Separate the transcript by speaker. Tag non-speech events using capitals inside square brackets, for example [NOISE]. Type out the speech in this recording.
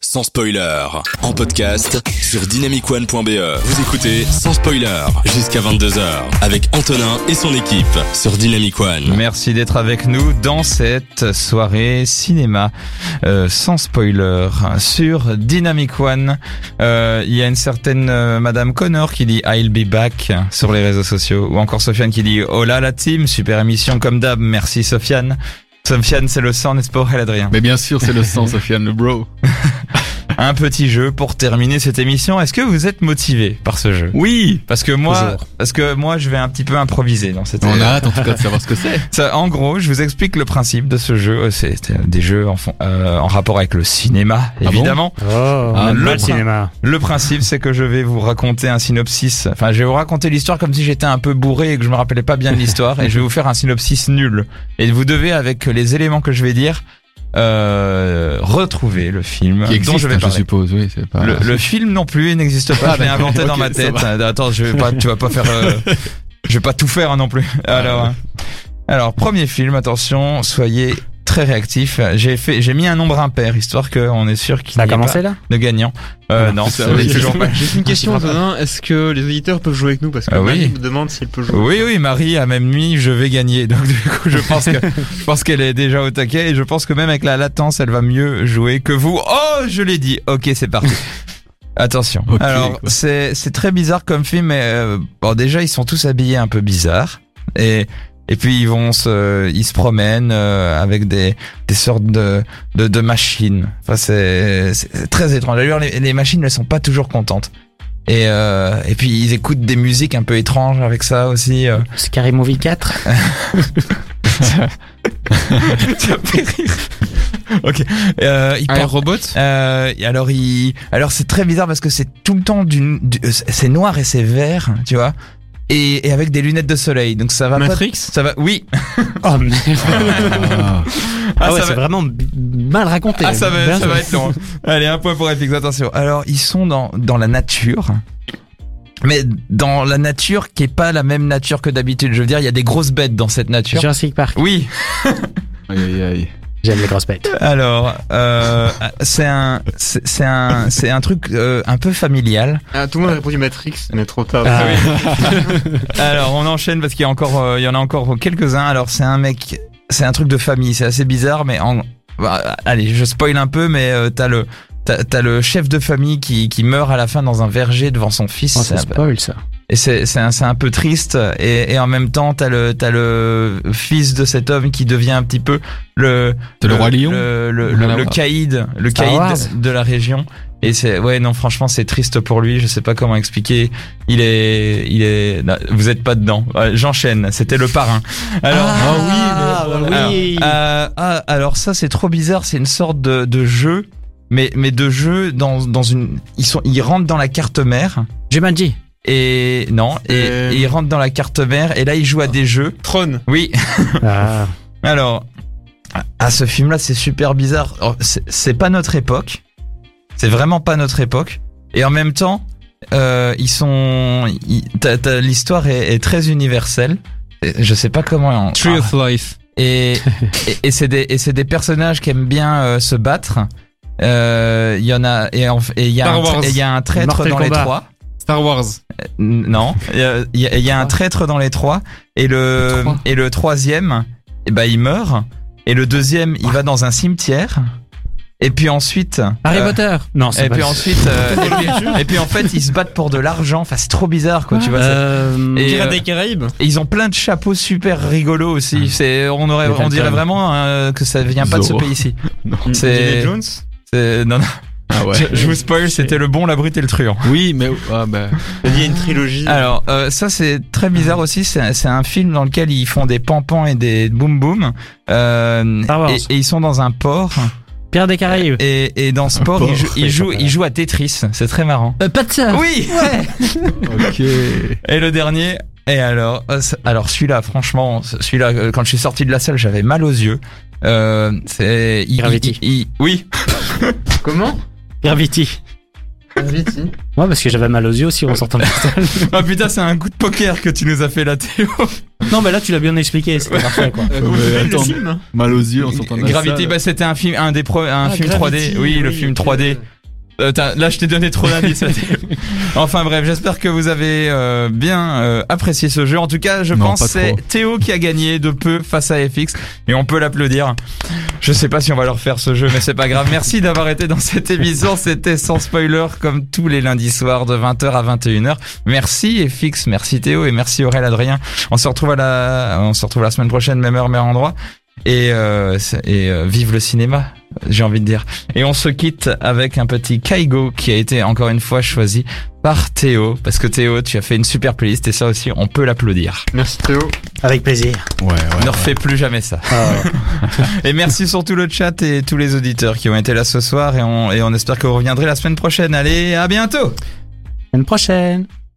Speaker 1: sans spoiler. En podcast sur dynamicone.be. Vous écoutez sans spoiler jusqu'à 22h avec Antonin et son équipe sur Dynamic One.
Speaker 2: Merci d'être avec nous dans cette soirée cinéma euh, sans spoiler sur Dynamic One. Euh, Il y a une certaine euh, Madame Connor qui dit I'll be back sur les réseaux sociaux ou encore Sofiane qui dit Hola la team, super émission comme d'hab, merci Sofiane. Sofiane, c'est le sang, n'est-ce pas, Aurélien Adrien
Speaker 3: Mais bien sûr, c'est
Speaker 2: [LAUGHS]
Speaker 3: le sang, Sofiane, le bro.
Speaker 2: Un petit jeu pour terminer cette émission. Est-ce que vous êtes motivé par ce jeu
Speaker 3: Oui
Speaker 2: Parce que moi,
Speaker 3: Toujours.
Speaker 2: parce que moi, je vais un petit peu improviser dans cette.
Speaker 3: On a hâte en tout cas de savoir ce que c'est.
Speaker 2: Ça, en gros, je vous explique le principe de ce jeu. Euh, C'est c'est des jeux en, fond- euh, en rapport avec le cinéma,
Speaker 3: Ah bon
Speaker 2: évidemment.
Speaker 4: Oh,
Speaker 2: Ah,
Speaker 4: le
Speaker 2: le train.
Speaker 4: cinéma.
Speaker 2: le principe, c'est que je vais vous raconter un synopsis. Enfin, je vais vous raconter l'histoire comme si j'étais un peu bourré et que je me rappelais pas bien de
Speaker 3: [LAUGHS]
Speaker 2: l'histoire. et je vais vous faire un synopsis nul. Et vous devez, avec les éléments que je vais dire, euh, retrouver le film
Speaker 3: Qui existe,
Speaker 2: dont je vais
Speaker 3: hein,
Speaker 2: parler.
Speaker 3: suppose, oui, c'est pas...
Speaker 2: Le, le film non plus, il n'existe pas.
Speaker 3: Ah,
Speaker 2: je l'ai
Speaker 3: d'accord.
Speaker 2: inventé dans
Speaker 3: Ok,
Speaker 2: ma
Speaker 3: ça
Speaker 2: tête. Attends, je vais pas, tu vas pas faire. euh, je vais pas tout faire hein, non plus.
Speaker 3: Ah,
Speaker 2: Alors, hein. alors premier film. Attention, soyez très réactifs. J'ai fait, j'ai mis un nombre impair histoire qu'on est sûr qu'il
Speaker 4: Ça a
Speaker 2: n'y ait
Speaker 4: commencé là
Speaker 2: pas de gagnant. Euh, non, ça
Speaker 3: c'est ça,
Speaker 2: n'est
Speaker 3: oui.
Speaker 2: toujours pas.
Speaker 5: Juste une
Speaker 2: [LAUGHS]
Speaker 5: question, Antonin. Est-ce que les auditeurs peuvent jouer avec nous Parce que
Speaker 2: Ah oui.
Speaker 5: Marie me demande s'ils peuvent jouer.
Speaker 2: Oui, oui, Marie, à même nuit, je vais gagner. Donc, du coup, je pense que, je pense qu'elle est déjà au taquet et je pense que même avec la latence, elle va mieux jouer que vous. Oh, je l'ai dit. Ok, c'est
Speaker 3: [LAUGHS]
Speaker 2: parti. Attention.
Speaker 3: Ok,
Speaker 2: Alors,
Speaker 3: quoi.
Speaker 2: c'est, c'est très bizarre comme film, mais euh, bon, déjà, ils sont tous habillés un peu bizarre. Et, et puis, ils vont se, ils se promènent euh, avec des, des sortes de, de, de machines. Enfin, c'est, c'est c'est très étrange. D'ailleurs, les, les machines ne sont pas toujours contentes. Et, euh, et puis ils écoutent des musiques un peu étranges avec ça aussi. euh.
Speaker 4: Scary Movie 4
Speaker 2: Ça me fait rire. ok. Euh, ils portent-
Speaker 3: robot
Speaker 2: euh, et alors il, alors c'est très bizarre parce que c'est tout le temps d'une, du- euh, c'est noir et c'est vert, tu vois, et, et avec des lunettes de soleil. Donc ça va
Speaker 5: Matrix
Speaker 2: pas. Ça va. Oui.
Speaker 4: [LAUGHS] Oh merde
Speaker 3: ah,
Speaker 4: Ah ouais,
Speaker 2: ça
Speaker 4: c'est
Speaker 2: va-
Speaker 4: vraiment b- mal raconté.
Speaker 2: [LAUGHS] Ah, ça va,
Speaker 4: Bien
Speaker 2: ça
Speaker 4: joué.
Speaker 2: va être long. [LAUGHS] Allez, un point pour FX, attention. Alors, ils sont dans, dans la nature. Mais dans la nature qui est pas la même nature que d'habitude. Je veux dire, il y a des grosses bêtes dans cette nature.
Speaker 4: Jurassic Park,
Speaker 2: Oui.
Speaker 3: Aïe, aïe, aïe.
Speaker 4: j'aime les grosses bêtes.
Speaker 2: Alors, euh, [LAUGHS] c'est un, c'est c'est un, c'est un truc euh, un peu familial.
Speaker 5: Ah, tout le monde a répondu Matrix, mais trop tard.
Speaker 4: Ah,
Speaker 2: [LAUGHS]
Speaker 5: [LAUGHS]
Speaker 2: Alors, on enchaîne parce qu'il y a encore, euh, il y en a encore quelques-uns. Alors, c'est un mec, c'est un truc de famille. C'est assez bizarre, mais en, bah, allez, je spoil un peu, mais euh, t'as le, t'as t'as le chef de famille qui, qui meurt à la fin dans un verger devant son fils.
Speaker 4: oh, ça
Speaker 2: C'est un-
Speaker 4: spoil ça.
Speaker 2: Et c'est c'est un, c'est un peu triste et, et en même temps t'as le t'as le fils de cet homme qui devient un petit peu le
Speaker 3: T'as le roi lion
Speaker 2: le le,
Speaker 3: Rien à
Speaker 2: le, le
Speaker 3: voir.
Speaker 2: caïd le
Speaker 4: Star
Speaker 2: caïd
Speaker 4: Wars
Speaker 2: de, de la région et c'est ouais non franchement c'est triste pour lui je sais pas comment expliquer il est il est non, vous êtes pas dedans Ouais, j'enchaîne c'était le parrain alors
Speaker 4: Ah,
Speaker 2: ah oui,
Speaker 4: bah oui.
Speaker 2: Alors, euh, ah, alors ça c'est trop bizarre, c'est une sorte de, de jeu, mais mais de jeu dans dans une ils sont ils rentrent dans la carte mère
Speaker 4: Jumanji.
Speaker 2: et non, et,
Speaker 5: Euh.
Speaker 2: et il rentre dans la carte mère et là il joue à des jeux.
Speaker 5: Tron.
Speaker 2: Oui.
Speaker 4: Ah,
Speaker 2: Alors, à ce film-là, c'est super bizarre. Alors, c'est- C'est pas notre époque. C'est vraiment pas notre époque. Et en même temps, euh, ils sont. ils- t'as- t'as- L'histoire est, est très universelle. Et Je sais pas comment. Ah.
Speaker 3: Life.
Speaker 2: Et, et, et c'est des et c'est des personnages qui aiment bien euh, se battre. Euh, Il y en a et en- et il y a
Speaker 3: Star
Speaker 2: un tra-
Speaker 3: Wars.
Speaker 2: et il y a un traître
Speaker 4: Mortal
Speaker 2: dans les
Speaker 4: Kombat.
Speaker 2: trois.
Speaker 3: Star Wars.
Speaker 2: N- Non, il y a- il y, a- il y a un traître dans les trois et le
Speaker 3: Le trois.
Speaker 2: et le troisième, eh ben il meurt et le deuxième il va dans un cimetière et puis ensuite
Speaker 4: Harry
Speaker 2: euh,
Speaker 4: Potter. Non, c'est
Speaker 2: et
Speaker 4: pas
Speaker 2: puis ensuite euh, et, puis, et puis en fait ils se battent pour de l'argent. Enfin c'est trop bizarre quoi tu vois. c'est-
Speaker 4: Euh,
Speaker 2: Et, euh,
Speaker 5: Caraïbes
Speaker 2: et ils ont plein de chapeaux super rigolos aussi. C'est on aurait on dirait vraiment euh, que ça vient pas de ce
Speaker 3: Zorro.
Speaker 2: pays-ci.
Speaker 5: Indiana
Speaker 2: C'est
Speaker 5: Jones
Speaker 2: c'est- non, non,
Speaker 3: Ah ouais.
Speaker 2: je, je vous spoil c'était le bon la brute et le truand.
Speaker 3: Oui, mais... Ah
Speaker 2: [LAUGHS]
Speaker 3: bah...
Speaker 5: Il y a une trilogie.
Speaker 2: Alors euh, ça c'est très bizarre aussi. C'est un- c'est un film dans lequel ils font des pampans et des boum boum. Euh,
Speaker 4: Star Wars.
Speaker 2: et, et ils sont dans un port.
Speaker 4: Pierre des Caraïbes.
Speaker 2: Et, et dans ce port, ils, jouent, ils, jouent, ils jouent à Tetris. C'est très marrant.
Speaker 4: Euh, pas de
Speaker 5: Ah,
Speaker 4: ça.
Speaker 2: Oui.
Speaker 3: Ok.
Speaker 2: Et le dernier. Et alors, euh, c'est- alors celui-là, franchement, celui-là, euh, quand je suis sorti de la salle, j'avais mal aux yeux. Euh, c'est il-
Speaker 4: Gravity.
Speaker 2: il- [LAUGHS] il- oui.
Speaker 5: Comment
Speaker 4: Gravity.
Speaker 5: Viti.
Speaker 4: Moi, parce que j'avais mal aux yeux aussi en sortant de
Speaker 2: [LAUGHS]
Speaker 4: la salle.
Speaker 2: Ah putain, c'est un coup de poker que tu nous as fait là, Théo.
Speaker 4: Non, mais là, tu l'as bien expliqué. C'était parfait, quoi.
Speaker 5: Euh, comment
Speaker 3: Mais
Speaker 5: s'appelle le
Speaker 3: attends.
Speaker 5: film
Speaker 3: Mal aux yeux en sortant de la
Speaker 2: Gravity,
Speaker 3: salle.
Speaker 2: bah, c'était un film, un des pro- un
Speaker 5: Ah,
Speaker 2: film
Speaker 5: Gravity,
Speaker 2: 3D. Oui, le
Speaker 5: oui,
Speaker 2: film
Speaker 5: ok.
Speaker 2: 3D. Euh, t'as- là, je t'ai donné trop d'indices. enfin bref, j'espère que vous avez euh, bien euh, apprécié ce jeu. En tout cas, je
Speaker 3: Non,
Speaker 2: pense
Speaker 3: pas
Speaker 2: que c'est
Speaker 3: trop.
Speaker 2: Théo qui a gagné de peu face à FX et on peut l'applaudir. Je sais pas si on va leur faire ce jeu, mais c'est pas grave. Merci d'avoir été dans cette émission. C'était sans spoiler comme tous les lundis soirs de 20h à 21h. Merci FX, merci Théo et merci Aurel Adrien. On se retrouve à la, on se retrouve la semaine prochaine, même heure, même endroit. Et, euh, c'est- et euh, vive le cinéma, j'ai envie de dire. Et on se quitte avec un petit Kaigo qui a été encore une fois choisi par Théo. Parce que Théo, tu as fait une super playlist et ça aussi, on peut l'applaudir.
Speaker 5: Merci Théo.
Speaker 4: Avec plaisir.
Speaker 3: Ouais, ouais.
Speaker 2: ne refais plus jamais ça. [LAUGHS] et merci surtout le chat et tous les auditeurs qui ont été là ce soir. Et on, et on espère que vous reviendrez la semaine prochaine. Allez, à bientôt
Speaker 4: À une prochaine.